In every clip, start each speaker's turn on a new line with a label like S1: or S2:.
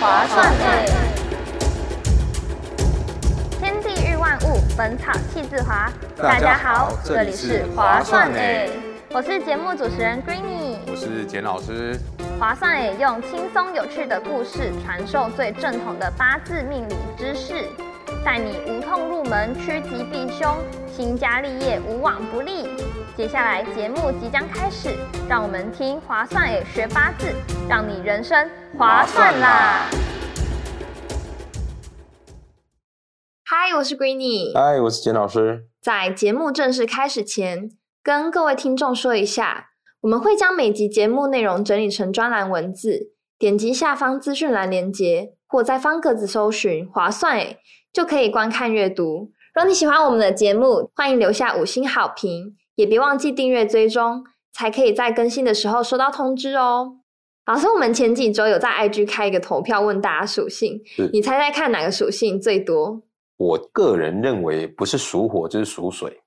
S1: 划算是天地日万物，本草气自华。
S2: 大家好这里是划算欸
S1: 欸，我是节目主持人 Greeny。
S2: 我是简老师，
S1: 划算欸，用轻松有趣的故事传授最正统的八字命理知识，带你无痛入门，趋吉避凶，兴家立业无往不利。接下来节目即将开始，让我们听划算欸学八字，让你人生划算啦！
S3: 嗨，我是 Greeny。
S4: 嗨，我是简老师。
S3: 在节目正式开始前，跟各位听众说一下，我们会将每集节目内容整理成专栏文字，点击下方资讯栏连接，或在方格子搜寻“划算诶”，就可以观看阅读。如果你喜欢我们的节目，欢迎留下五星好评，也别忘记订阅追踪，才可以在更新的时候收到通知哦。老师，我们前几周有在 IG 开一个投票，问大家属性
S4: 是，
S3: 你猜猜看哪个属性最多？
S4: 我个人认为，不是属火就是属水。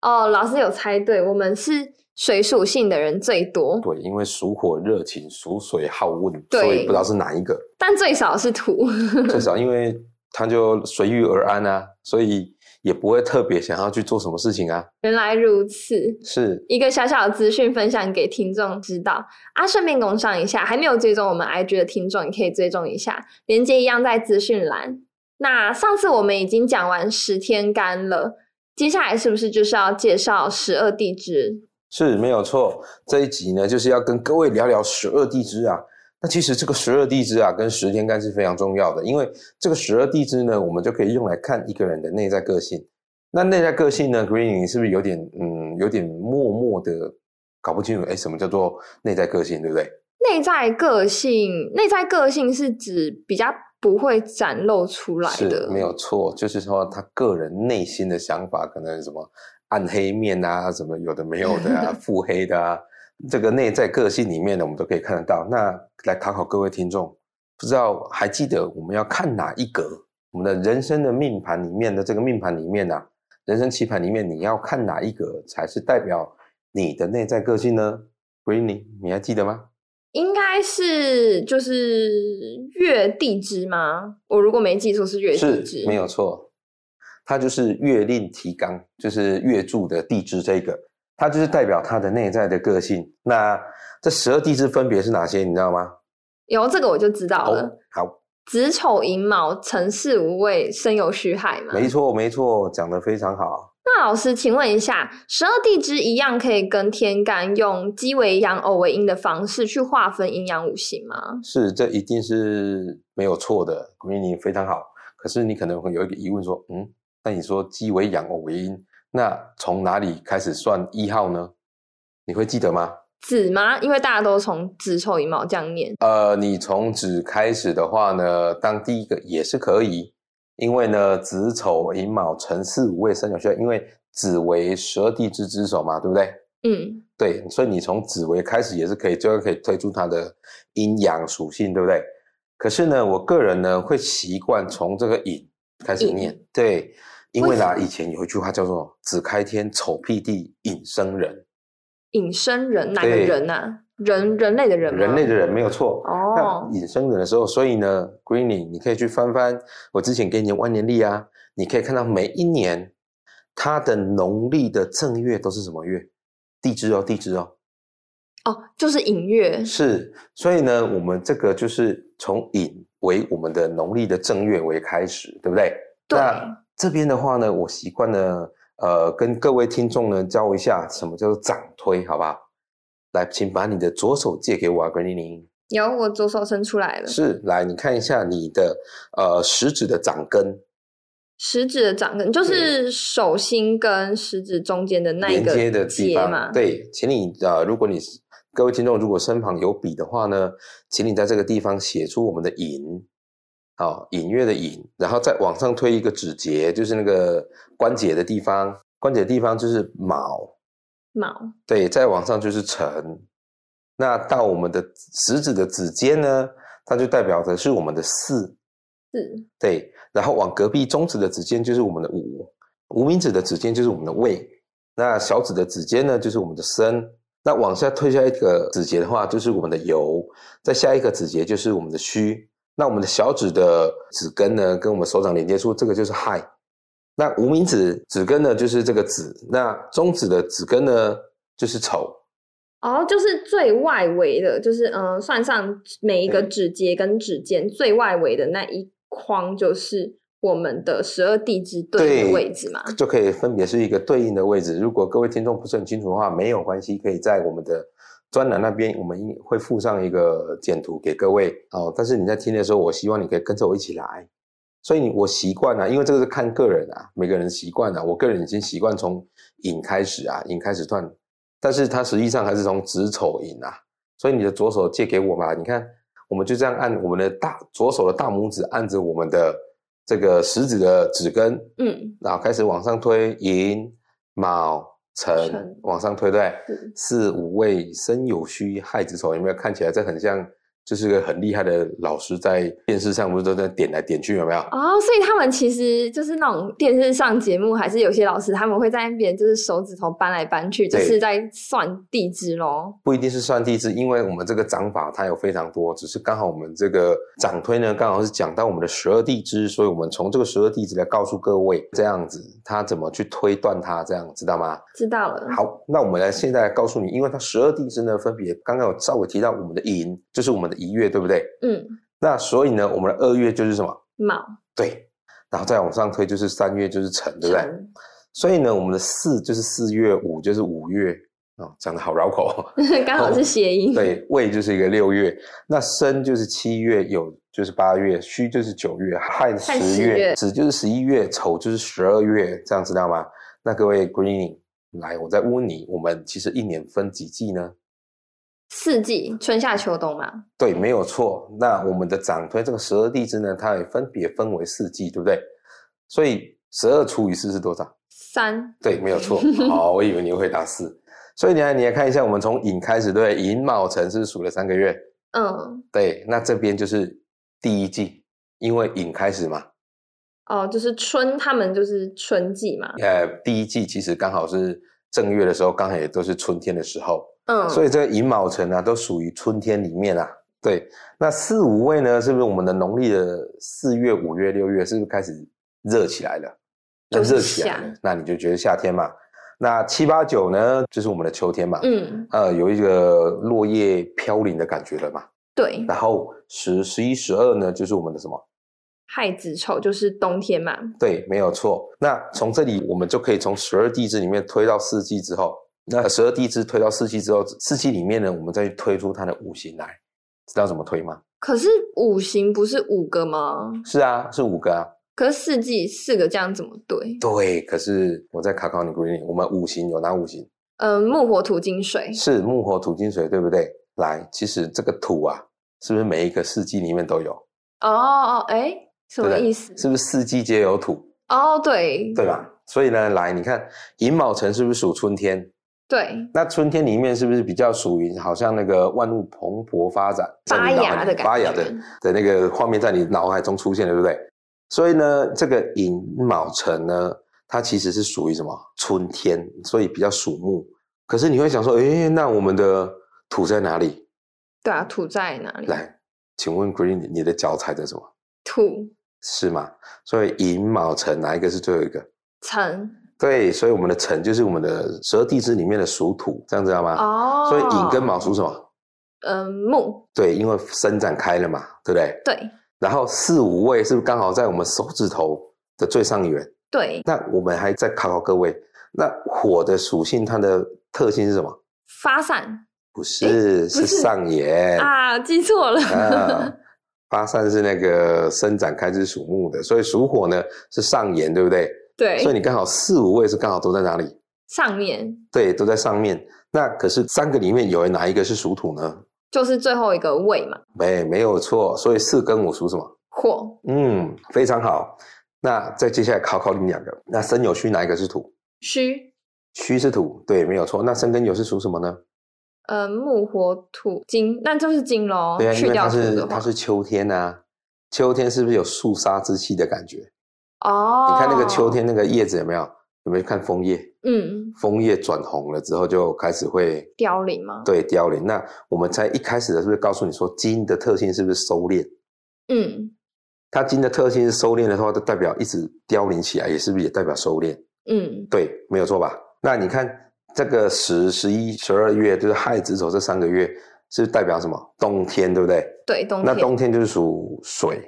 S3: 哦，老师有猜对，我们是水属性的人最多，
S4: 对，因为属火热情，属水好问，
S3: 对
S4: 所以不知道是哪一个。
S3: 但最少是土。
S4: 至少因为他就随遇而安啊，所以也不会特别想要去做什么事情啊。
S3: 原来如此，
S4: 是，
S3: 一个小小的资讯分享给听众知道啊。顺便工商一下，还没有追踪我们 IG 的听众，你可以追踪一下，连接一样在资讯栏。那上次我们已经讲完十天干了，接下来是不是就是要介绍十二地支？
S4: 是没有错。这一集呢，就是要跟各位聊聊十二地支啊。那其实这个十二地支啊，跟十天干是非常重要的，因为这个十二地支呢，我们就可以用来看一个人的内在个性。那内在个性呢，Green，你是不是有点嗯，有点默默的搞不清楚？哎，什么叫做内在个性，对不对？
S3: 内在个性，内在个性是指比较不会展露出来
S4: 是
S3: 的，
S4: 没有错，就是说他个人内心的想法，可能什么暗黑面啊，什么有的没有的啊， 腹黑的啊，这个内在个性里面呢，我们都可以看得到。那来考考各位听众，不知道还记得我们要看哪一格？我们的人生的命盘里面的这个命盘里面啊，人生棋盘里面，你要看哪一格才是代表你的内在个性呢 g r e e n y 你还记得吗？
S3: 应该是就是月地支吗？我如果没记错是月地支，
S4: 没有错，它就是月令提纲，就是月柱的地支这一个，它就是代表它的内在的个性。那这十二地支分别是哪些，你知道吗？哦
S3: 有这个我就知道了。
S4: 好，
S3: 子丑寅卯辰巳午未申酉戌亥嘛。
S4: 没错，没错，讲得非常好。
S3: 那老师，请问一下，十二地支一样可以跟天干用鸡为阳、偶为阴的方式去划分阴阳五行吗？
S4: 是，这一定是没有错的 g r e e n 非常好。可是你可能会有一个疑问说，嗯，那你说鸡为阳，偶为阴，那从哪里开始算一号呢？你会记得吗？
S3: 子吗？因为大家都从子丑寅卯这样念。
S4: 呃，你从子开始的话呢，当第一个也是可以，因为呢，子丑寅卯辰巳午未申酉戌亥，因为子为十二地支之首嘛，对不对？
S3: 嗯，
S4: 对，所以你从子为开始也是可以，就可以推出它的阴阳属性，对不对？可是呢，我个人呢会习惯从这个寅开始
S3: 寅
S4: 念，对，因为
S3: 为
S4: 啦，
S3: 什么
S4: 以前有一句话叫做“子开天，丑辟地，寅生人
S3: 引申人哪个
S4: 对
S3: 人呐、啊人人类的”，人吗？
S4: 人类的人没有错，
S3: 哦
S4: 那，引申人的时候，所以呢，Greeny，你可以去翻翻我之前给你的万年历啊，你可以看到每一年它的农历的正月都是什么月？地支哦，地支哦，
S3: 哦，就是寅月。
S4: 是。所以呢，我们这个就是从寅为我们的农历的正月为开始，对不对？
S3: 对
S4: 那这边的话呢，我习惯呢，呃，跟各位听众呢教一下什么叫做掌推，好不好？来，请把你的左手借给我啊，Greeny。
S3: 有，我左手伸出来了，
S4: 是，来你看一下你的呃食指的掌根
S3: 食指的掌根，就是手心跟食指中间的那一
S4: 连
S3: 个
S4: 接的地
S3: 节嘛。
S4: 方，，对，请你呃，如果你是各位听众如果身旁有笔的话呢，请你在这个地方写出我们的隐，好、隐约的隐，然后再往上推一个指节，就是那个关节的地方，关节的地方就是卯，
S3: 卯
S4: 对，再往上就是辰，那到我们的食指的指尖呢，它就代表的是我们的巳，
S3: 是
S4: 对，然后往隔壁中指的指尖就是我们的五，无名指的指尖就是我们的胃，那小指的指尖呢就是我们的身，那往下退下一个子节的话，就是我们的由；再下一个子节就是我们的虚。那我们的小指的指根呢，跟我们手掌连接处，这个就是亥。那无名指指根呢，就是这个子；那中指的指根呢，就是丑。
S3: 哦，就是最外围的，就是嗯、呃算上每一个
S4: 对
S3: 指节跟指尖最外围的那一框，就是我们的十二地支对应的
S4: 对
S3: 位置嘛。
S4: 就可以分别是一个对应的位置。如果各位听众不是很清楚的话，没有关系，可以在我们的专栏那边，我们应会附上一个简图给各位哦。但是你在听的时候，我希望你可以跟着我一起来。所以你我习惯了、因为这个是看个人啊，每个人习惯了、我个人已经习惯从寅开始啊，寅开始断，但是它实际上还是从子丑寅啊。所以你的左手借给我吧，你看，我们就这样按我们的大左手的大拇指按着我们的这个食指的指根，
S3: 嗯，
S4: 然后开始往上推，寅、卯、辰
S3: 辰，
S4: 往上推，对
S3: 是，
S4: 四五未申酉戌亥子丑，有没有看起来这很像？就是个很厉害的老师，在电视上不是都在点来点去，有没有？
S3: 哦，所以他们其实就是那种电视上节目，还是有些老师他们会在那边就是手指头搬来搬去，就
S4: 对
S3: 是在算地支咯。
S4: 不一定是算地支，因为我们这个掌法它有非常多，只是刚好我们这个掌推呢，刚好是讲到我们的十二地支，所以我们从这个十二地支来告诉各位这样子，它怎么去推断它，这样知道吗？
S3: 知道了，
S4: 好，那我们来现在来告诉你，因为它十二地支呢，分别刚刚有稍微提到我们的寅，就是我们的一月，对不对？
S3: 嗯，
S4: 那所以呢，我们的二月就是什么？
S3: 卯
S4: 对，然后再往上推就是三月，就是辰，对不对？
S3: 辰，
S4: 所以呢，我们的四就是四月，五就是五月，哦，讲的好绕口。哦
S3: 刚好是谐音。
S4: 对，未就是一个六月，那申就是七月，酉就是八月，戌就是九月，亥
S3: 亥
S4: 十
S3: 十
S4: 月
S3: 月，
S4: 子就是十一月，丑就是十二月，这样知道吗？那各位 Green，来，我再问你，我们其实一年分几季呢？
S3: 四季春夏秋冬嘛，
S4: 对，没有错。那我们的掌推这个十二地支呢，它也分别分为四季，对不对？所以十二除以四是多少？
S3: 三
S4: 对，没有错。好，我以为你会答四。所以你来，你来看一下，我们从寅开始，对不对，寅卯辰是数了三个月，
S3: 嗯
S4: 对，那这边就是第一季，因为寅开始嘛，
S3: 哦，就是春，他们就是春季嘛，
S4: 呃，第一季其实刚好是正月的时候，刚好也都是春天的时候，
S3: 嗯，
S4: 所以这个寅卯辰啊，都属于春天里面啊。对，那四五位呢，是不是我们的农历的四月、五月、六月，是不是开始热起来了？那
S3: 就是
S4: 热起来
S3: 夏
S4: 了，那你就觉得夏天嘛。那七八九呢，就是我们的秋天嘛，
S3: 嗯
S4: 呃，有一个落叶飘零的感觉了嘛。
S3: 对，
S4: 然后十、十一、十二呢，就是我们的什么？
S3: 亥子丑就是冬天嘛，
S4: 对，没有错。那从这里我们就可以从十二地支里面推到四季之后，那十二地支推到四季之后，四季里面呢，我们再去推出它的五行来，知道怎么推吗？
S3: 可是五行不是五个吗？
S4: 是啊，是五个啊。
S3: 可是四季四个这样怎么对？
S4: 对，可是我在考考你 Green，我们五行有哪五行？
S3: 嗯，木火土金水，
S4: 是木火土金水，对不对？来，其实这个土啊，是不是每一个四季里面都有？
S3: 哦哦，哎，什
S4: 对
S3: 么
S4: 不对
S3: 意思？
S4: 是不是四季皆有土？
S3: 哦，对
S4: 对吧？所以呢，来，你看寅卯辰是不是属春天？
S3: 对，
S4: 那春天里面是不是比较属于好像那个万物蓬勃发展、
S3: 发芽的感觉，
S4: 发芽的的那个画面在你脑海中出现了，对不对？所以呢，这个寅卯辰呢，它其实是属于什么春天，所以比较属木。可是你会想说，诶，那我们的土在哪里？
S3: 对啊，土在哪里？
S4: 来，请问 Green，你的脚踩着什么？
S3: 土
S4: 是吗？所以寅卯辰哪一个是最后一个？
S3: 辰
S4: 对，所以我们的辰就是我们的十二地支里面的属土，这样知道吗？
S3: 哦，
S4: 啊所以寅跟卯属什么？
S3: 嗯木
S4: 对，因为伸展开了嘛，对不对？
S3: 对
S4: 然后四五位是不是刚好在我们手指头的最上缘？
S3: 对
S4: 那我们还再考考各位，那火的属性它的特性是什么？
S3: 发散
S4: 不是，
S3: 不是
S4: 上缘啊
S3: 啊，记错了，
S4: 发散是那个伸展开是属木的，所以属火呢是上沿，对不对？
S3: 对
S4: 所以你刚好四五位是刚好都在哪里？
S3: 上面
S4: 对，都在上面。那可是三个里面有哪一个是属土呢？
S3: 就是最后一个未嘛，
S4: 没，没有错。所以四跟五属什么？
S3: 火
S4: 嗯，非常好。那再接下来考考你们两个，那申酉戌哪一个是土？
S3: 虚，
S4: 戌是土，对，没有错。那申跟酉是属什么呢？
S3: 呃，木火土金，那就是金喽
S4: 对啊，，因
S3: 去
S4: 为
S3: 掉
S4: 它
S3: 土
S4: 是
S3: 的
S4: 它
S3: 话，
S4: 是秋天啊，秋天是不是有肃杀之气的感觉？
S3: 哦，
S4: 你看那个秋天那个叶子有没有？有没有看枫叶？
S3: 嗯，
S4: 枫叶转红了之后，就开始会
S3: 凋零吗？
S4: 对凋零。那我们在一开始的是不是告诉你说，基因的特性是不是收敛？
S3: 嗯
S4: 它基因的特性是收敛的话，就代表一直凋零起来，也是不是也代表收敛？
S3: 嗯
S4: 对，没有错吧？那你看这个十、十一、十二月，就是亥子丑这三个月，是不是代表什么？冬天，对不对？
S3: 对，冬
S4: 那
S3: 天，
S4: 冬天就是属水，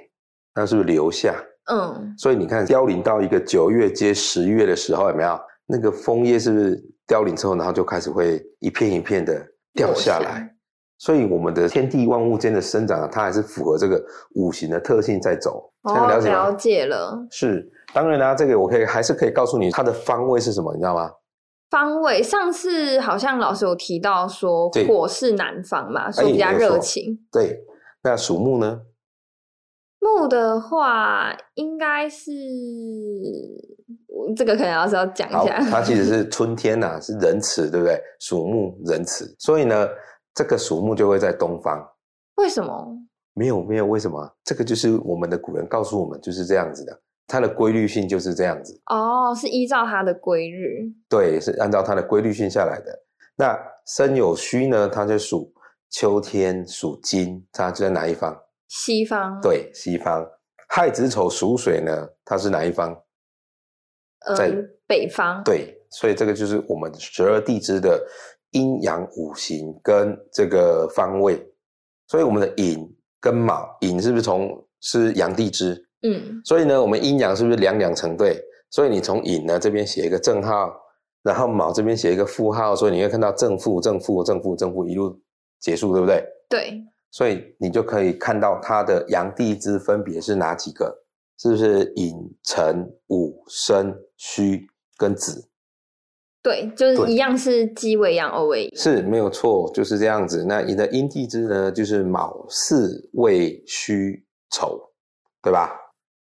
S4: 那是不是留下？
S3: 嗯
S4: 所以你看，凋零到一个九月接十月的时候，有没有那个枫叶是不是凋零之后，然后就开始会一片一片的掉下
S3: 落
S4: 来？所以我们的天地万物间的生长啊，它还是符合这个五行的特性在走。这样
S3: 哦，
S4: 了解吗？
S3: 了解了，
S4: 是，当然啦、这个我可以还是可以告诉你它的方位是什么，你知道吗？
S3: 方位上次好像老师有提到说
S4: 对哎
S3: 火是南方嘛，所以比较
S4: 没有错
S3: 热情。
S4: 对，那属木呢？
S3: 木的话应该是我这个可能老师要讲一
S4: 好，
S3: 下。
S4: 它其实是春天呐、是仁慈，对不对？属木仁慈，所以呢，这个属木就会在东方。
S3: 为什么？
S4: 没有没有，为什么？啊这个就是我们的古人告诉我们就是这样子的，它的规律性就是这样子，
S3: 哦，是依照它的规律。
S4: 对，是按照它的规律性下来的。那申酉戌呢，它就属秋天，属金，它就在哪一方？
S3: 西方，
S4: 对，西方。亥子丑属水呢，它是哪一方？
S3: 嗯、
S4: 在
S3: 北方，
S4: 对，所以这个就是我们十二地支的阴阳五行跟这个方位。所以我们的寅跟卯，寅是不是从是阳地支？
S3: 嗯
S4: 所以呢，我们阴阳是不是两两成对？所以你从寅呢这边写一个正号，然后卯这边写一个负号，所以你会看到正负、正负、正负、正负一路结束，对不对？
S3: 对，
S4: 所以你就可以看到它的阳地支分别是哪几个，是不是寅、辰、午、申、戌跟子？
S3: 对，就是
S4: 对
S3: 一样是鸡尾羊欧尾。
S4: 是没有错，就是这样子。那你的阴地支呢，就是卯、巳、未、戌、丑，对吧？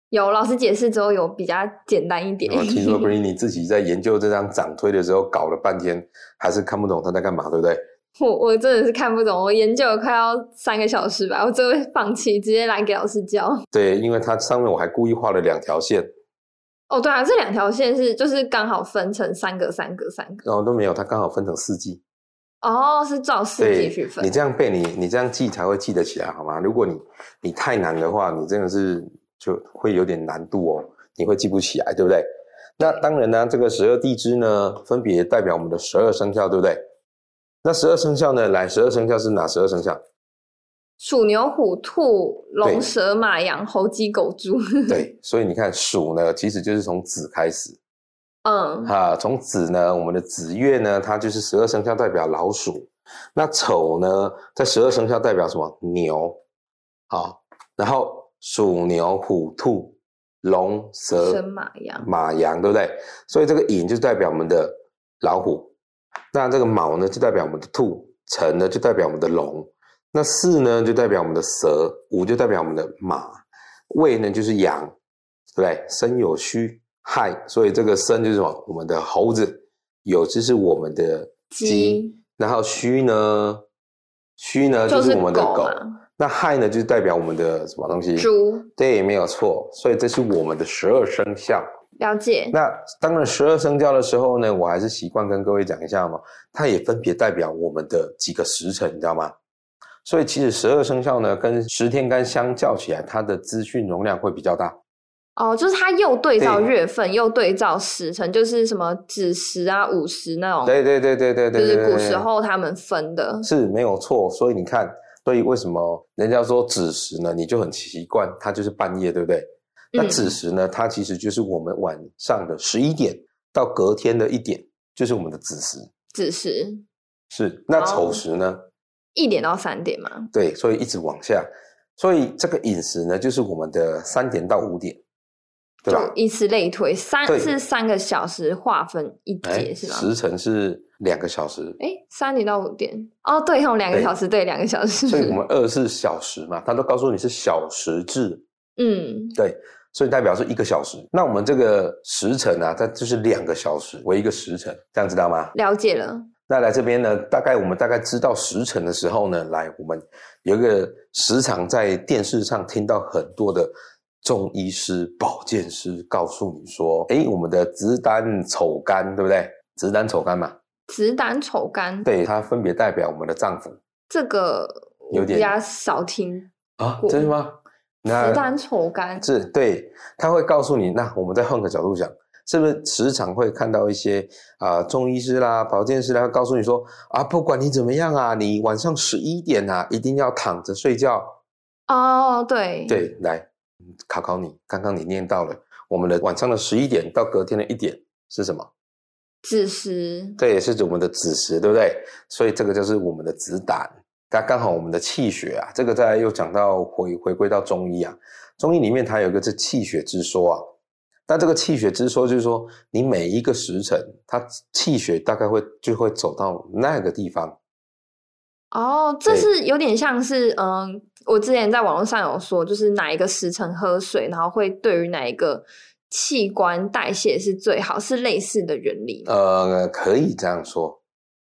S3: 有老师解释之后有比较简单一点。
S4: 我哦听说 Green 你自己在研究这张掌推的时候搞了半天，还是看不懂他在干嘛，对不对？
S3: 我我真的是看不懂，我研究了快要三个小时吧，我最后放弃，直接来给老师教。
S4: 对，因为它上面我还故意画了两条线，
S3: 哦，对啊，这两条线是就是刚好分成三个、三个、三个。
S4: 然后都没有，它刚好分成四季。
S3: 哦，是照四季
S4: 对
S3: 去，分
S4: 你。这样背你你这样记才会记得起来，好吗？如果你你太难的话，你真的是就会有点难度哦，你会记不起来，对不对？那当然呢，啊这个十二地支呢，分别代表我们的十二生肖，对不对？那十二生肖呢？来，十二生肖是哪十二生肖？
S3: 鼠、牛、虎、兔、龙、
S4: 对
S3: 蛇、马、羊、猴、鸡、狗、猪。
S4: 对，所以你看鼠呢，其实就是从子开始，
S3: 嗯，
S4: 啊，从子呢，我们的子月呢，它就是十二生肖代表老鼠。那丑呢，在十二生肖代表什么？牛。好，然后鼠、牛、虎、兔、龙、蛇
S3: 神、马羊。
S4: 马、羊，对不对？所以这个寅就代表我们的老虎，那这个卯呢，就代表我们的兔，辰呢就代表我们的龙，那巳呢就代表我们的蛇，午就代表我们的马，未呢就是羊，对不对？申酉戌亥，所以这个申就是什么？我们的猴子，酉就是我们的鸡，
S3: 鸡
S4: 然后戌呢，戌呢
S3: 就
S4: 就是是我们的狗，
S3: 嘛，
S4: 那亥呢就是代表我们的什么东西？
S3: 猪
S4: 对，没有错，所以这是我们的十二生肖。
S3: 了解。
S4: 那当然，十二生肖的时候呢，我还是习惯跟各位讲一下嘛，它也分别代表我们的几个时辰，你知道吗？所以其实十二生肖呢，跟十天干相较起来，它的资讯容量会比较大。
S3: 哦，就是它又对照
S4: 对
S3: 月份，又对照时辰，就是什么子时啊、午时那种。
S4: 对对对对对对，对
S3: 就是古时
S4: 对
S3: 候他们分的。
S4: 是没有错。所以你看，所以为什么人家说子时呢，你就很习惯，它就是半夜，对不对？那
S3: 嗯
S4: 子时呢，它其实就是我们晚上的十一点到隔天的一点，就是我们的子时。
S3: 子时
S4: 是，那
S3: 哦
S4: 丑时呢？
S3: 一点到三点嘛，
S4: 对，所以一直往下。所以这个饮食呢，就是我们的三点到五点，对吧
S3: 就？以此类推，三
S4: 对
S3: 是三个小时划分一节是吧？
S4: 哎时辰是两个小时，
S3: 哎，三点到五点哦，对哦，两个
S4: 对
S3: 小时，对，两个小时。
S4: 所以我们二十四小时嘛，它都告诉你是小时制，
S3: 嗯，
S4: 对，所以代表是一个小时。那我们这个时辰啊，它就是两个小时为一个时辰，这样知道吗？
S3: 了解了。
S4: 那来这边呢，大概我们大概知道时辰的时候呢，来我们有一个时常在电视上听到很多的中医师、保健师告诉你说，哎，我们的紫胆丑肝，对不对？紫胆丑肝嘛，
S3: 紫胆丑肝，
S4: 对，它分别代表我们的脏腑
S3: 这个我
S4: 有点
S3: 比较少听。
S4: 啊
S3: 我
S4: 真的吗？
S3: 紫
S4: 那
S3: 胆丑肝，
S4: 是对，他会告诉你。那我们再换个角度讲，是不是时常会看到一些啊、中医师啦、保健师啦，告诉你说啊，不管你怎么样啊，你晚上十一点啊，一定要躺着睡觉。
S3: 哦，对，，
S4: 对，来考考你，刚刚你念到了，我们的晚上的十一点到隔天的一点是什么？
S3: 子时，
S4: 这也是指我们的子时，对不对？所以这个就是我们的子胆。但刚好我们的气血啊，这个再又讲到回回归到中医啊，中医里面它有一个是气血之说啊。那这个气血之说就是说，你每一个时辰，它气血大概会就会走到那个地方。
S3: 哦，这
S4: 对
S3: 是有点像是，嗯，我之前在网络上有说，就是哪一个时辰喝水，然后会对于哪一个器官代谢是最好，是类似的原理吗。
S4: 呃，可以这样说，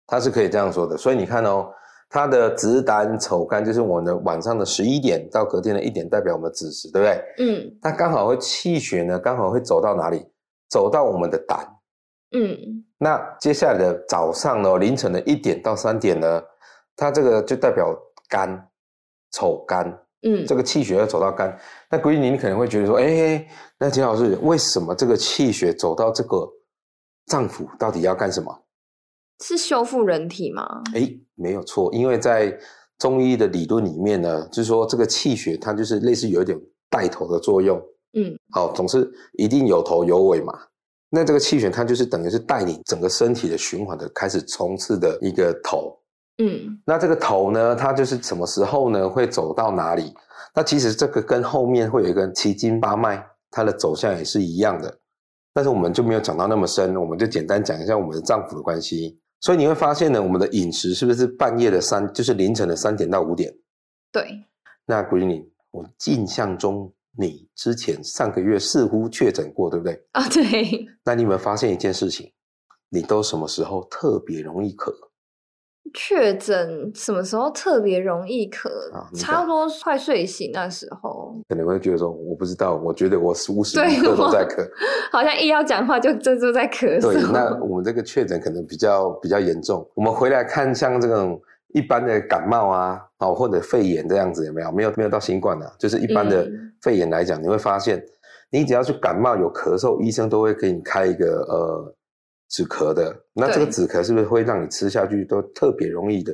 S4: 它是可以这样说的。所以你看哦，它的子胆丑肝就是我们的晚上的十一点到隔天的一点，代表我们的子时，对不对？
S3: 嗯
S4: 它刚好会气血呢，刚好会走到哪里？走到我们的胆。
S3: 嗯，
S4: 那接下来的早上呢，凌晨的一点到三点呢，它这个就代表肝，丑肝，
S3: 嗯，
S4: 这个气血要走到肝。那闺女，你可能会觉得说，哎，那田老师，为什么这个气血走到这个脏腑，到底要干什么？
S3: 是修复人体吗？
S4: 诶，没有错，因为在中医的理论里面呢，就是说这个气血它就是类似有一点带头的作用，
S3: 嗯，
S4: 好、总是一定有头有尾嘛。那这个气血它就是等于是带你整个身体的循环的开始冲刺的一个头。
S3: 嗯，
S4: 那这个头呢，它就是什么时候呢会走到哪里？那其实这个跟后面会有一个奇经八脉，它的走向也是一样的。但是我们就没有讲到那么深，我们就简单讲一下我们的脏腑的关系。所以你会发现呢，我们的饮食是不是半夜的三，就是凌晨的三点到五点？
S3: 对，
S4: 那 Green，你我印象中你之前上个月似乎确诊过，对不对？
S3: 啊，对，
S4: 那你有没有发现一件事情？你都什么时候特别容易渴？
S3: 确诊什么时候特别容易渴？
S4: 啊你
S3: 差
S4: 懂
S3: 不多快睡醒那时候，
S4: 可能会觉得说，我不知道，我觉得我无时
S3: 对
S4: 无刻都
S3: 我
S4: 在渴。
S3: 好像一要讲话就就就在咳
S4: 对，
S3: 嗽。
S4: 那我们这个确诊可能比较比较严重。我们回来看，像这种一般的感冒啊，哦或者肺炎这样子有没有？没有没有到新冠啊，就是一般的
S3: 嗯
S4: 肺炎来讲，你会发现，你只要去感冒有咳嗽，医生都会给你开一个呃止咳的。那这个
S3: 对
S4: 止咳是不是会让你吃下去都特别容易的，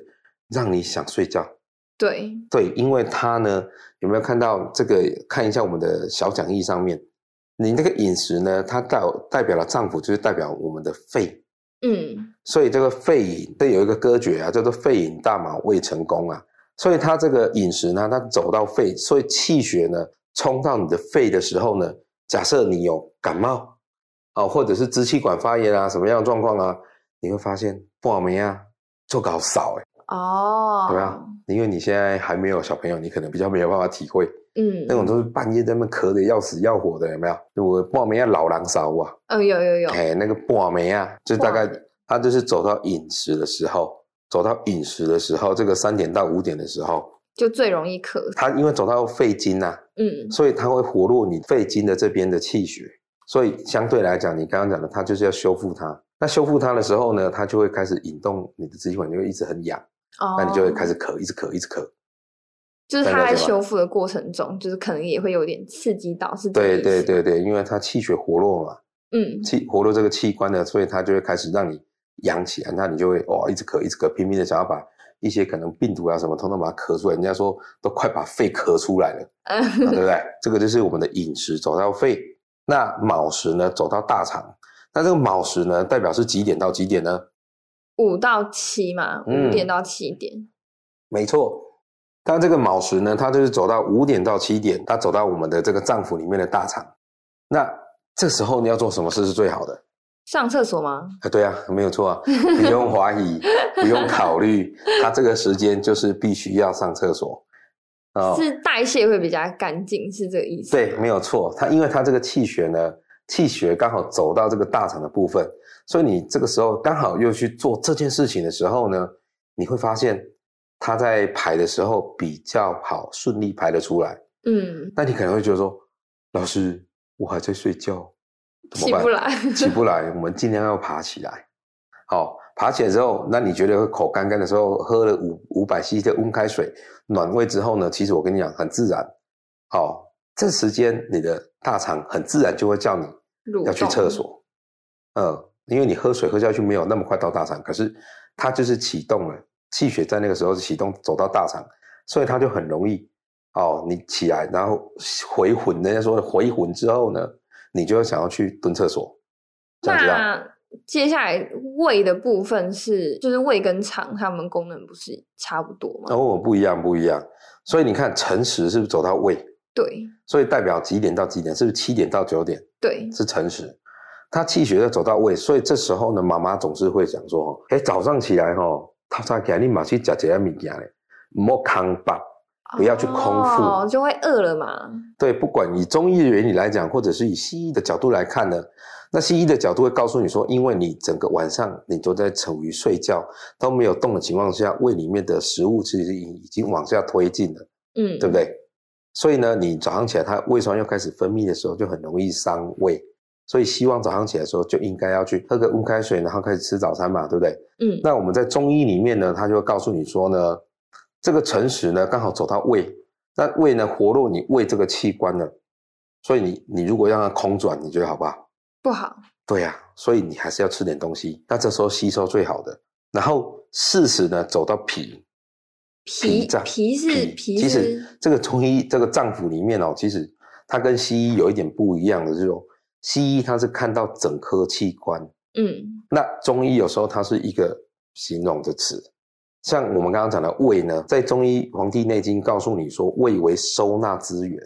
S4: 让你想睡觉？
S3: 对，
S4: 对，因为它呢，有没有看到这个？看一下我们的小讲义上面，你那个饮食呢，它代代表了脏腑，就是代表我们的肺，
S3: 嗯，
S4: 所以这个肺饮，这有一个歌诀啊，叫做“肺饮大麻未成功”啊，所以它这个饮食呢，它走到肺，所以气血呢冲到你的肺的时候呢，假设你有感冒啊、或者是支气管发炎啊，什么样的状况啊，你会发现不好没啊，做搞少哎，
S3: 哦，
S4: 怎么样？因为你现在还没有小朋友，你可能比较没有办法体会。
S3: 嗯，
S4: 那种都是半夜在那边咳的要死要活的，有没有？我半梅啊，老狼烧啊，
S3: 嗯，有有有，
S4: 哎，那个半梅啊，就大概
S3: 半梅
S4: 他就是走到饮食的时候，走到饮食的时候，这个三点到五点的时候，
S3: 就最容易咳。
S4: 他因为走到肺经呐、啊，
S3: 嗯，
S4: 所以它会活络你肺经的这边的气血，所以相对来讲，你刚刚讲的，它就是要修复它。那修复它的时候呢，它就会开始引动你的支气管，就会一直很痒，
S3: 哦，
S4: 那你就会开，始咳，一直咳，一直咳。
S3: 就是
S4: 大
S3: 它
S4: 概
S3: 在
S4: 是吧
S3: 修复的过程中，就是可能也会有点刺激到，是这个
S4: 对
S3: 意
S4: 对
S3: 思，
S4: 对对，因为它气血活络嘛，
S3: 嗯，
S4: 气活络这个器官呢，所以它就会开始让你痒起来，那你就会哦一直咳一直咳，拼命的想要把一些可能病毒啊什么，通通把它咳出来。人家说都快把肺咳出来了，啊对不对？这个就是我们的饮食走到肺，那卯时呢走到大肠，那这个卯时呢代表是几点到几点呢？
S3: 五到七嘛，五
S4: 嗯
S3: 点到七点，
S4: 没错，它这个卯时呢，它就是走到五点到七点，它走到我们的这个脏腑里面的大肠。那这时候你要做什么事是最好的？
S3: 上厕所吗？
S4: 啊，对啊，没有错啊， 不用怀疑，不用考虑，他这个时间就是必须要上厕所。哦，
S3: 是代谢会比较干净，是这个意思。
S4: 对，没有错，他因为他这个气血呢，气血刚好走到这个大肠的部分，所以你这个时候刚好又去做这件事情的时候呢，你会发现他在排的时候比较好顺利排得出来。
S3: 嗯，
S4: 那你可能会觉得说，老师，我还在睡觉，怎
S3: 起
S4: 么办？
S3: 不来，
S4: 起不来，我们尽量要爬起来。好，爬起来之后，那你觉得口干干的时候，喝了五五百 cc 的温开水暖胃之后呢？其实我跟你讲，很自然。好，这时间你的大肠很自然就会叫你
S3: 蠕
S4: 要去
S3: 动
S4: 厕。所。嗯，因为你喝水喝下去没有那么快到大肠，可是它就是启动了气血在那个时候启动走到大肠，所以它就很容易哦，你起来然后回魂，人家说的回魂之后呢，你就会想要去蹲厕所，这样子啊。
S3: 那接下来胃的部分是，就是胃跟肠它们功能不是差不多吗？
S4: 哦，不一样，不一样。所以你看，辰时是不是走到胃？
S3: 对
S4: 所以代表几点到几点？是不是七点到九点
S3: 对，
S4: 是辰时？它气血要走到胃，所以这时候呢，妈妈总是会讲说：哦，哎，早上起来哦，早上起来你马去吃些物件嘞，莫空饱。不要去空腹
S3: 哦，就会饿了嘛。
S4: 对，不管以中医的原理来讲，或者是以西医的角度来看呢，那西医的角度会告诉你说，因为你整个晚上你都在处于睡觉都没有动的情况下，胃里面的食物其实已已经往下推进了。
S3: 嗯，
S4: 对不对？所以呢，你早上起来，它胃酸又开始分泌的时候，就很容易伤胃。所以希望早上起来的时候就应该要去喝个温开水，然后开始吃早餐嘛，对不对？
S3: 嗯，
S4: 那我们在中医里面呢，它就会告诉你说呢，这个辰时呢刚好走到胃，那胃呢活络你胃这个器官呢，所以你你如果让它空转，你觉得好不好？
S3: 不好。
S4: 对呀、所以你还是要吃点东西，那这时候吸收最好的。然后适时呢走到脾，
S3: 脾
S4: 脏
S3: 脾是脾
S4: 其实
S3: 是
S4: 这个中医这个脏腑里面哦，其实它跟西医有一点不一样的，就是说西医它是看到整颗器官，
S3: 嗯
S4: 那中医有时候它是一个形容的词。像我们刚刚讲的胃呢，在中医《黄帝内经》告诉你说，胃为收纳之源，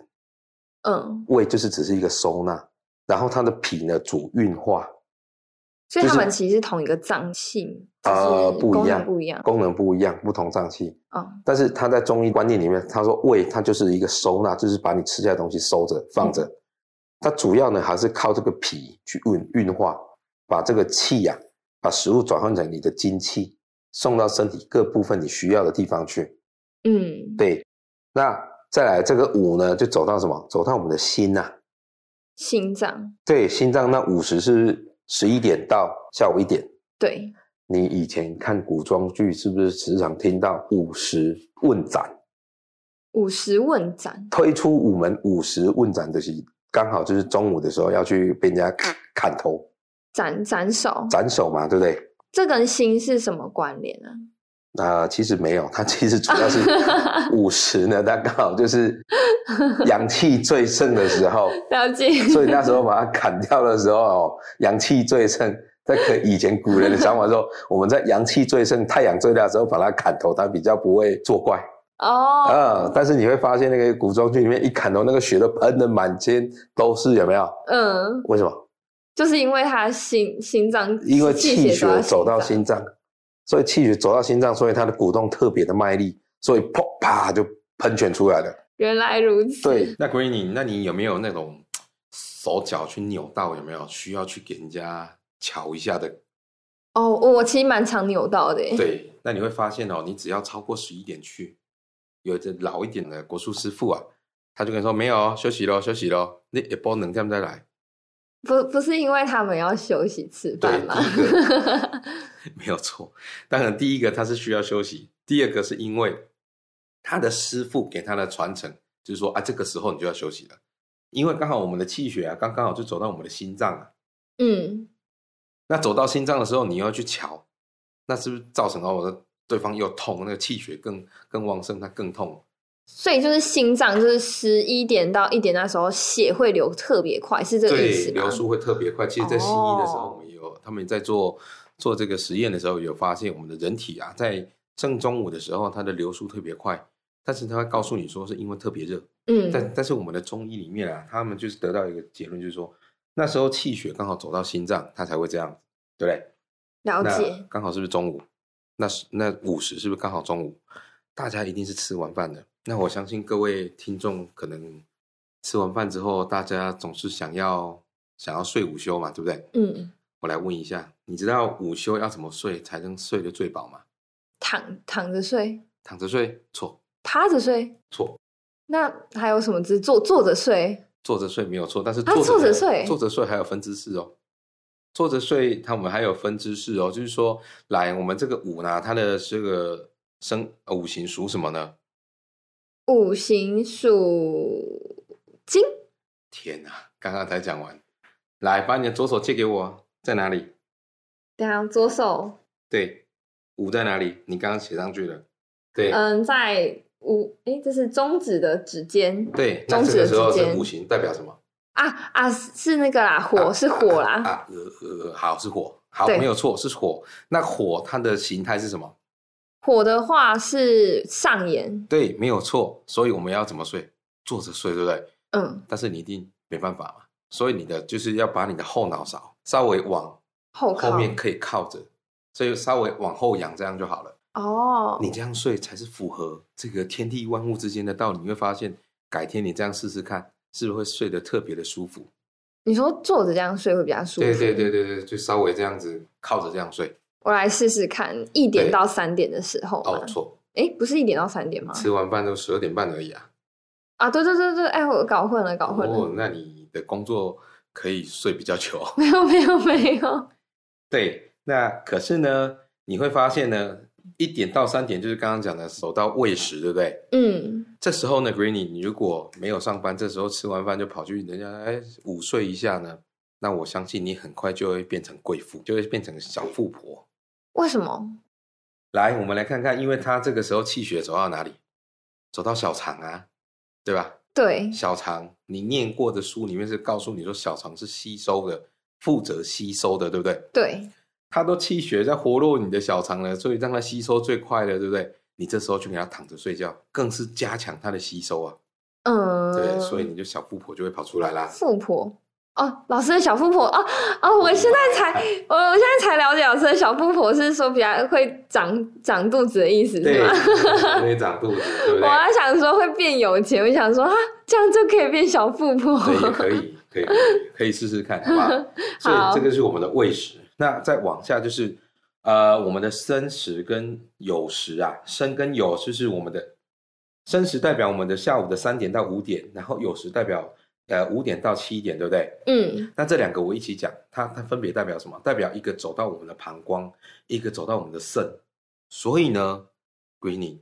S3: 嗯，
S4: 胃就是只是一个收纳，然后它的脾呢主运化，
S3: 所以
S4: 就
S3: 它
S4: 是
S3: 们其实是同一个脏器，只
S4: 呃，
S3: 是
S4: 不
S3: 功
S4: 一
S3: 能
S4: 样，
S3: 不一样。
S4: 功能不一样，不同脏器。
S3: 哦，
S4: 但是他在中医观念里面，他说胃它就是一个收纳，就是把你吃下的东西收着放着。它主要呢还是靠这个脾去运运化，把这个气呀、把食物转换成你的精气，送到身体各部分你需要的地方去。
S3: 嗯，
S4: 对，那再来这个五呢，就走到什么？走到我们的心呐、
S3: 心脏
S4: 对，心脏那五十是十一点到下午一点。
S3: 对
S4: 你以前看古装剧，是不是时常听到五十问斩？
S3: 五十问斩
S4: 推出午门五十问斩，就是刚好就是中午的时候要去被人家砍头、
S3: 斩斩首，
S4: 斩首嘛，对不对？
S3: 这跟心是什么关联啊？
S4: 那、其实没有， 它其实主要是五十呢，它刚好就是阳气最盛的时候，
S3: 了解，
S4: 所以那时候把它砍掉的时候哦，阳气最盛。在可以前古人的想法说，我们在阳气最盛、太阳最大的时候把它砍头，它比较不会作怪。
S3: 哦，
S4: 啊、但是你会发现那个古装剧里面一砍头，那个血都喷的满天都是，有没有？
S3: 嗯，
S4: 为什么？
S3: 就是因为他心心脏
S4: 因为
S3: 气
S4: 气
S3: 血
S4: 血走到
S3: 心
S4: 心脏，所以气血走到心脏，所以它的鼓动特别的卖力，所以砰啪就喷泉出来了。
S3: 脏，原来如此，
S4: 对，
S2: 那闺女，那你有没有那种手脚去扭到？有没有需要去给人家瞧一下的？
S3: 哦，我其实蛮常扭到的耶，
S2: 对，那你会发现哦，你只要超过十一点去，有的老一点的国术师傅啊，他就跟你说没有哦，休息咯，休息咯，你一波能干再来。
S3: 不不是因为他们要休息吃
S2: 对，
S3: 饭吗？
S2: 第一个没有错。当然，第一个他是需要休息，第二个是因为他的师傅给他的传承，就是说啊，这个时候你就要休息了，因为刚好我们的气血啊，刚刚好就走到我们的心脏啊。
S3: 嗯，
S2: 那走到心脏的时候，你又要去瞧，那是不是造成哦，我的对方又痛，那个气血更更旺盛，它更痛。
S3: 所以就是心脏就是十一点到一点那时候血会流特别快，是这个意思
S2: 对，
S3: 吗？
S2: 流速会特别快。其实，在西医的时
S3: 哦
S2: 候，我们也有、他们在做做这个实验的时候，有发现我们的人体啊，在正中午的时候，它的流速特别快，但是它会告诉你说是因为特别热。
S3: 嗯，
S2: 但但是我们的中医里面啊，他们就是得到一个结论，就是说那时候气血刚好走到心脏，它才会这样，对不对？
S3: 了
S2: 那
S3: 解，
S2: 刚好是不是中午？那是那午时是不是刚好中午？大家一定是吃完饭的。那我相信各位听众可能吃完饭之后，大家总是想要想要睡午休嘛，对不对？
S3: 嗯，
S2: 我来问一下，你知道午休要怎么睡才能睡得最饱吗？
S3: 躺躺着睡，
S2: 躺着睡？错
S3: 趴着睡，
S2: 错，
S3: 那还有什么姿坐坐着睡？
S4: 坐着睡没有错，但是
S3: 啊
S4: 坐
S3: 坐着睡
S4: 坐着睡还有分姿势哦。坐着睡，他们还有分姿势哦，就是说，来，我们这个五呢，它的这个生呃五行属什么呢？
S3: 五行属金，
S4: 天哪，刚刚才讲完，来，把你的左手借给我，在哪里？
S3: 等一下左手，
S4: 对，五在哪里？你刚刚写上去了，对，
S3: 嗯，在五，诶，这是中指的指尖
S4: 对，那
S3: 中
S4: 这
S3: 指
S4: 个
S3: 的
S4: 时候
S3: 指
S4: 是
S3: 尖
S4: 五行代表什么？
S3: 啊啊，是是那个啦，火、是火啦，
S4: 啊，呃呃，呃好是火，好
S3: 对
S4: 没有错是火。那火它的形态是什么？
S3: 火的话是上沿，
S4: 对，没有错。所以我们要怎么睡？坐着睡，对不对？
S3: 嗯，
S4: 但是你一定没办法嘛，所以你的就是要把你的后脑勺稍微往
S3: 后靠
S4: 后面可以靠着，所以稍微往后仰，这样就好了。
S3: 哦，
S4: 你这样睡才是符合这个天地万物之间的道理。你会发现，改天你这样试试看，是不是会睡得特别的舒服？
S3: 你说坐着这样睡会比较舒服，
S4: 对对对对对，就稍微这样子靠着这样睡。
S3: 我来试试看，一点
S4: 对
S3: 到三点的时候
S4: 哦
S3: 嘛，，
S4: 错，
S3: 诶，不是一点到三点吗？
S4: 吃完饭都十二点半而已啊。
S3: 啊，对对对对，哎，我搞混了，搞混了，
S4: 哦，那你的工作可以睡比较久。
S3: 没有没有没有，
S4: 对，那可是呢，你会发现呢，一点到三点就是刚刚讲的走到喂食，对不对？
S3: 嗯，
S4: 这时候呢，Greeny，你如果没有上班，这时候吃完饭就跑去人家哎午睡一下呢，那我相信你很快就会变成贵妇，就会变成小富婆。
S3: 为什么？
S4: 来，我们来看看，因为她这个时候气血走到哪里？走到小肠啊，对吧？
S3: 对，
S4: 小肠，你念过的书里面是告诉你说，小肠是吸收的，负责吸收的，对不对？
S3: 对，
S4: 它都气血在活络你的小肠了，所以让它吸收最快了，对不对？你这时候就给它躺着睡觉，更是加强它的吸收啊。
S3: 嗯，
S4: 对，所以你就小富婆就会跑出来啦。
S3: 富婆哦，老师的小富婆哦哦，我现在才我我现在才了解老师的小富婆是说比较会长长肚子的意思
S4: 对
S3: 是吗？，
S4: 会长肚子，对不
S3: 我
S4: 对？
S3: 还想说会变有钱，我想说啊，这样就可以变小富婆。
S4: 对，也可以，可以，可以可以试试看， 好不好？所以这个是我们的胃食。那再往下就是，呃，我们的生食跟酉食啊，生跟酉就是我们的生食代表我们的下午的三点到五点，然后酉食代表呃五点到七点，对不对？
S3: 嗯，
S4: 那这两个我一起讲，它它分别代表什么？代表一个走到我们的膀胱，一个走到我们的肾。所以呢，Greening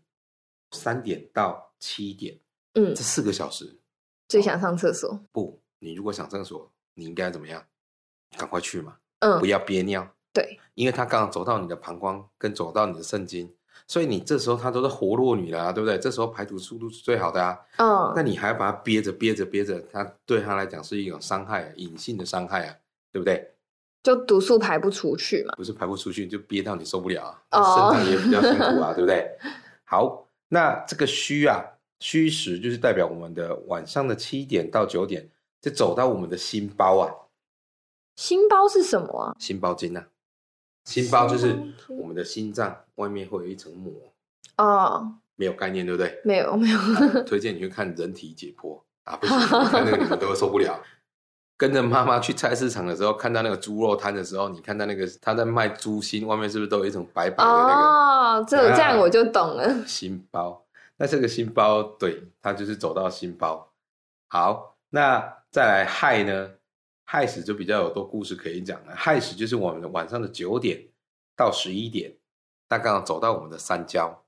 S4: 三点到七点
S3: 嗯
S4: 这，四个小时，
S3: 最想上厕所。
S4: 不，你如果想上厕所，你应该怎么样？赶快去嘛，
S3: 嗯
S4: 不，要憋尿。
S3: 对，
S4: 因为它刚好走到你的膀胱，跟走到你的肾经，所以你这时候它都是活络你了、啊，对不对？这时候排毒速度是最好的啊。那
S3: 嗯，
S4: 你还把它憋着憋着憋着，它对它来讲是一种伤害，隐性的伤害啊，对不对？
S3: 就毒素排不出去嘛。
S4: 不是排不出去，就憋到你受不了啊，
S3: 哦
S4: 肾脏也比较辛苦 啊，对不对？好，那这个虚啊，虚实就是代表我们的晚上的七点到九点，就走到我们的心包啊，
S3: 心包是什么啊？
S4: 心包经啊，心包就是
S3: 心包经
S4: 我们的心脏外面会有一层膜，
S3: 哦，
S4: 没有概念，对不 对？
S3: 没有没有，
S4: 推荐你去看《人体解剖》啊，不行，你看那个你们都会受不 了。跟着妈妈去菜市场的时候，看到那个猪肉摊的时候，你看到那个他在卖猪心，外面是不是都有一层白白的那个？
S3: 哦，这这样我就懂了。
S4: 心包。那这个心包，对，它就是走到心包。好，那再来亥呢？亥时就比较有多故事可以讲了。亥时就是我们的晚上的九点到十一点，那刚好走到我们的三焦。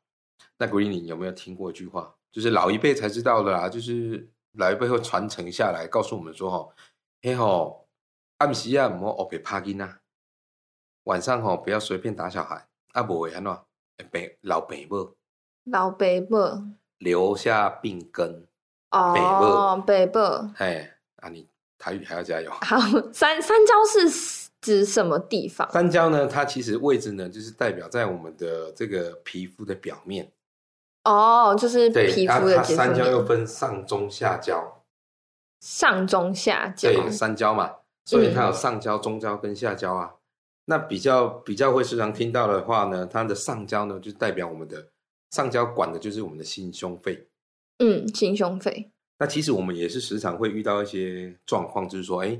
S4: 那 Green，你有没有听过一句话？就是老一辈才知道的啦，就是老一辈会传承下来，告诉我们说吼，嘿吼，暗时啊，唔好学别拍囡仔，晚上吼不要随便打小孩，啊，不会安怎样会病老病母。
S3: 老北伯
S4: 留下病根。
S3: 哦，北伯
S4: 哎，啊，你台语还要加油。
S3: 好， 三三焦是指什么地方？
S4: 三焦呢，它其实位置呢，就是代表在我们的这个皮肤的表面。
S3: 哦，就是
S4: 对，
S3: 皮
S4: 啊
S3: 肤的
S4: 它
S3: 接触
S4: 三焦又
S3: 面，
S4: 分上中下焦，
S3: 上中下焦。
S4: 对，三焦嘛，所
S3: 嗯
S4: 以它有上焦、中焦跟下焦啊。那比较比较会时常听到的话呢，它的上焦呢，就代表我们的上焦管的就是我们的心胸肺。
S3: 嗯，心胸肺。
S4: 那其实我们也是时常会遇到一些状况，就是说，哎，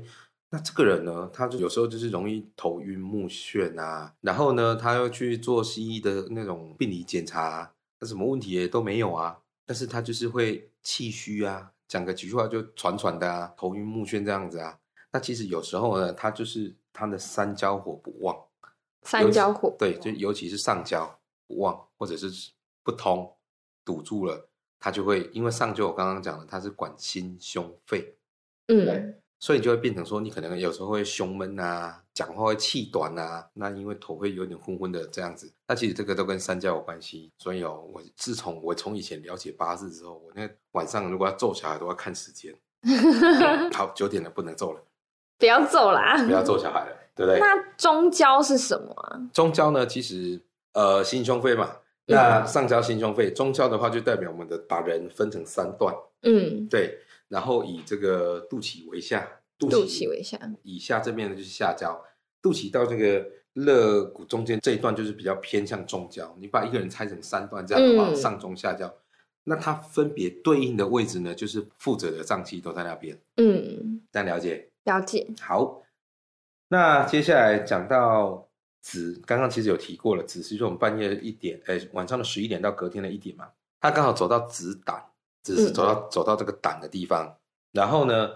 S4: 那这个人呢，他就有时候就是容易头晕目眩啊，然后呢，他又去做西医的那种病理检查、啊，那什么问题也都没有啊，但是他就是会气虚啊，讲个几句话就喘喘的啊，头晕目眩这样子啊。那其实有时候呢，他就是他的三焦火不旺，
S3: 三焦火，
S4: 对，就尤其是上焦不旺或者是不通堵住了，它就会因为上焦我刚刚讲了，它是管心胸肺，
S3: 嗯，
S4: 所以就会变成说你可能有时候会胸闷啊，讲话会气短啊，那因为头会有点昏昏的这样子，那其实这个都跟三焦有关系。所以哦，我自从我从以前了解八字之后，我那晚上如果要揍小孩都要看时间，好九点了不能揍了，
S3: 不要走啦。
S4: 不要揍小孩了，对不对？
S3: 那中焦是什么啊？
S4: 中焦呢，其实呃心胸肺嘛，那上焦心胸肺，中焦的话就代表我们的把人分成三段，
S3: 嗯，
S4: 对，然后以这个肚脐为下，肚
S3: 肚脐为下，
S4: 以下这边呢就是下焦，肚脐到这个肋骨中间这一段就是比较偏向中焦。你把一个人拆成三段这样的话，
S3: 嗯
S4: 上中下焦，那它分别对应的位置呢，就是负责的脏器都在那边，
S3: 嗯，
S4: 这样了解？
S3: 了解，
S4: 好，那接下来讲到子，刚刚其实有提过了，子是就是我们半夜一点，哎，晚上的十一点到隔天的一点嘛，他刚好走到子胆，只是
S3: 嗯
S4: 走到、走到这个胆的地方，然后呢，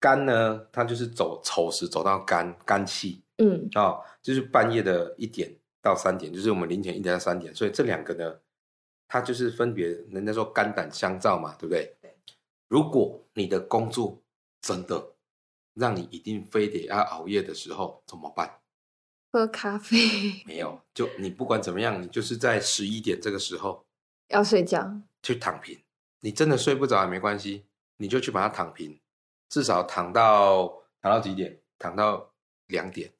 S4: 肝呢，它就是走丑时走到肝肝气
S3: 嗯
S4: 哦，就是半夜的一点到三点，就是我们凌晨一点到三点，所以这两个呢，它就是分别人家说肝胆相照嘛，对不对？如果你的工作真的让你一定非得要熬夜的时候，怎么办？
S3: 喝咖啡
S4: 没有，就你不管怎么样，你就是在十一点这个时候
S3: 要睡觉，
S4: 去躺平。你真的睡不着也没关系，你就去把它躺平，至少躺到躺到几点？躺到两点，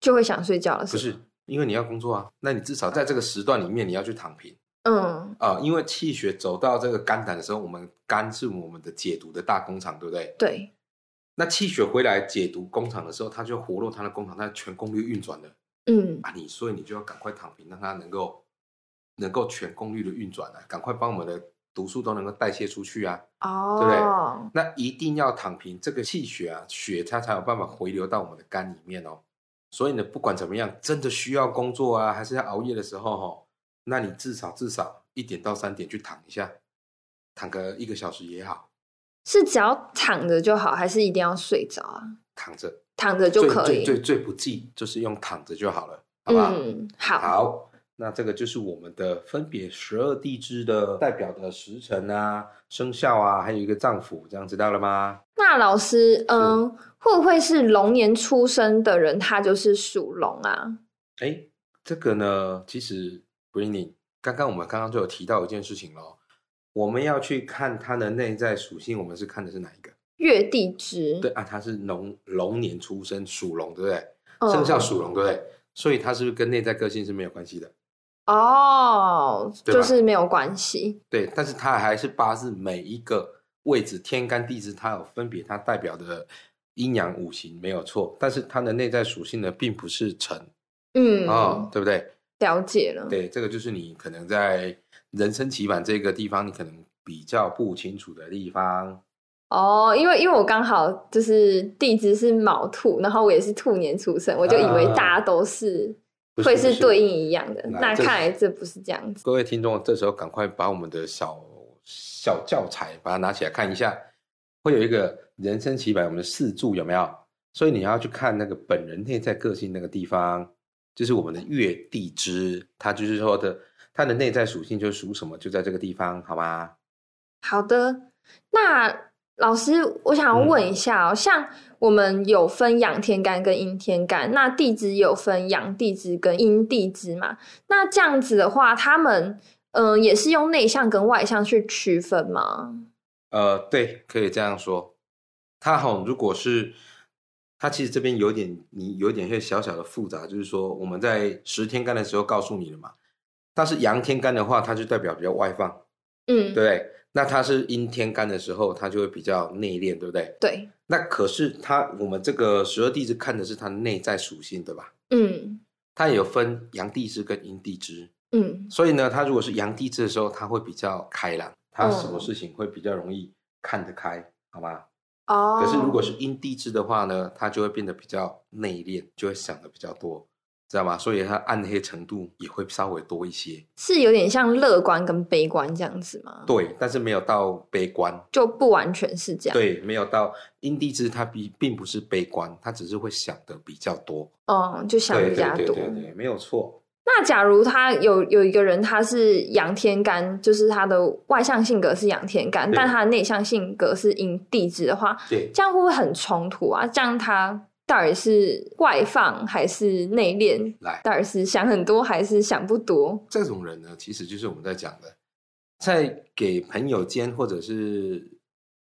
S3: 就会想睡觉了，
S4: 不
S3: 是
S4: 是因为你要工作啊？那你至少在这个时段里面你要去躺平
S3: 吗？嗯，
S4: 啊、因为气血走到这个肝胆的时候，我们肝是我们的解毒的大工厂，对不对？
S3: 对，
S4: 那气血回来解毒工厂的时候，它就活络它的工厂，它的全功率运转了。
S3: 嗯
S4: 啊，你所以你就要赶快躺平，让它能够能够全功率的运转啊，赶快帮我们的毒素都能够代谢出去啊。
S3: 哦，
S4: 对不对那一定要躺平，这个气血啊，血它才有办法回流到我们的肝里面哦。所以呢，不管怎么样，真的需要工作啊，还是要熬夜的时候哦，那你至少至少一点到三点去躺一下，躺个一个小时也好，
S3: 是只要躺着就好，还是一定要睡着啊？
S4: 躺着
S3: 躺着就可
S4: 最
S3: 以，
S4: 最最最不济就是用躺着就好了，好不好？
S3: 嗯，好，
S4: 好，那这个就是我们的分别十二地支的代表的时辰啊、生肖啊，还有一个脏腑，这样知道了吗？
S3: 那老师，嗯，会不会是龙年出生的人，他就是属龙啊？
S4: 哎，这个呢，其实 b r i n y 刚刚我们刚刚就有提到一件事情咯，我们要去看它的内在属性，我们是看的是哪一个？
S3: 月地支，
S4: 对，啊，它是龙龙年出生，属龙，对不对？
S3: 嗯
S4: 生肖属龙，对不对？所以它是不是跟内在个性是没有关系的？
S3: 哦，
S4: 对吧
S3: 就是没有关系，
S4: 对，但是它还是八字每一个位置天干地支，它有分别它代表的阴阳五行没有错，但是它的内在属性呢，并不是辰
S3: 嗯，
S4: 哦，对不对？
S3: 了解了，
S4: 对，这个就是你可能在人生棋盘这个地方，你可能比较不清楚的地方。
S3: 哦，因为因为我刚好就是地支是卯兔，然后我也是兔年出生，我就以为大家都是
S4: 啊不是
S3: 会
S4: 不
S3: 是
S4: 是
S3: 对应一样的，
S4: 那
S3: 那
S4: 这
S3: 看来这不是这样子。
S4: 各位听众，这时候赶快把我们的小小教材把它拿起来看一下，会有一个人生棋盘，我们的四柱有没有？所以你要去看那个本人内在个性那个地方，就是我们的月地支，它就是说的它的内在属性就是属什么，就在这个地方，好吗？
S3: 好的，那老师，我想要问
S4: 嗯
S3: 一下哦，像我们有分阳天干跟阴天干，那地支有分阳地支跟阴地支嘛？那这样子的话，他们嗯、呃也是用内向跟外向去区分吗？
S4: 呃，对，可以这样说。它吼，如果是它，其实这边有点你有点会小小的复杂，就是说我们在十天干的时候告诉你了嘛。但是阳天干的话，它就代表比较外放，
S3: 嗯，
S4: 对不对？那它是阴天干的时候，它就会比较内敛，对不对？
S3: 对，
S4: 那可是它我们这个十二地支看的是它内在属性，对吧？
S3: 嗯
S4: 它有分阳地支跟阴地支，
S3: 嗯
S4: 所以呢，它如果是阳地支的时候，它会比较开朗，它什么
S3: 哦
S4: 事情会比较容易看得开，好吗？
S3: 哦。
S4: 可是如果是阴地支的话呢，它就会变得比较内敛，就会想的比较多。知道吗？所以它暗黑程度也会稍微多一些。
S3: 是有点像乐观跟悲观这样子吗？
S4: 对，但是没有到悲观。
S3: 就不完全是这样。
S4: 对，没有到因地制，它并并不是悲观，它只是会想的比较多。
S3: 嗯，就想
S4: 对
S3: 比
S4: 对
S3: 较
S4: 对
S3: 多。
S4: 对对，没有错。
S3: 那假如他有有一个人，他是阳天干，就是他的外向性格是阳天干，
S4: 对
S3: 但他的内向性格是阴地支的话，
S4: 对，
S3: 这样会不会很冲突啊？这样他到底是外放还是内敛？
S4: 来，
S3: 到底是想很多还是想不多？
S4: 这种人呢，其实就是我们在讲的，在给朋友间或者是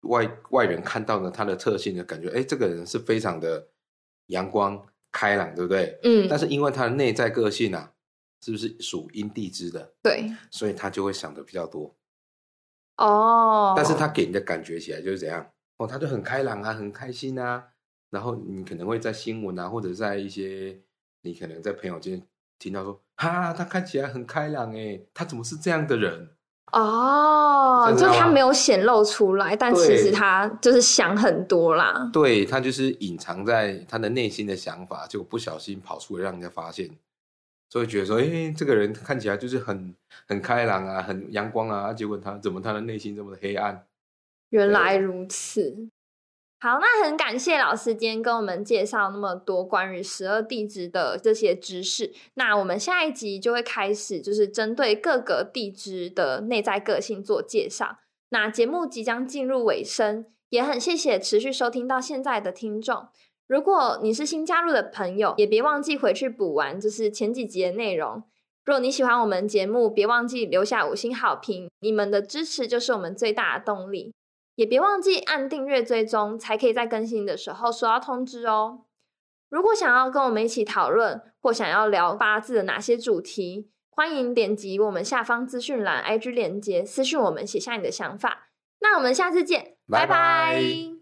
S4: 外外人看到呢，他的特性呢，感觉哎，这个人是非常的阳光开朗，对不对？
S3: 嗯
S4: 但，是因为他的内在个性啊，是不是属阴地支的，
S3: 对，
S4: 所以他就会想的比较多。
S3: 哦，
S4: 但是他给你的感觉起来就是怎样？哦，他就很开朗啊，很开心啊。然后你可能会在新闻啊，或者在一些你可能在朋友间听到说，哈，他看起来很开朗诶，他怎么是这样的人？
S3: 哦，
S4: 真
S3: 就
S4: 的
S3: 他
S4: 吗
S3: 没有显露出来，但
S4: 对
S3: 其实他就是想很多啦。
S4: 对他就是隐藏在他的内心的想法，就不小心跑出来让人家发现，所以觉得说，诶，这个人看起来就是很很开朗啊，很阳光啊，啊结果他怎么他的内心这么的黑暗？
S3: 原
S4: 对
S3: 来如此。好，那很感谢老师今天跟我们介绍那么多关于十二地支的这些知识。那我们下一集就会开始，就是针对各个地支的内在个性做介绍。那节目即将进入尾声，也很谢谢持续收听到现在的听众。如果你是新加入的朋友，也别忘记回去补完就是前几集的内容。若你喜欢我们节目，别忘记留下五星好评，你们的支持就是我们最大的动力。也别忘记按订阅追踪，才可以在更新的时候收到通知哦。如果想要跟我们一起讨论，或想要聊八字的哪些主题，欢迎点击我们下方资讯栏 IG 链接私讯我们，写下你的想法。那我们下次见，
S4: 拜拜
S3: 拜拜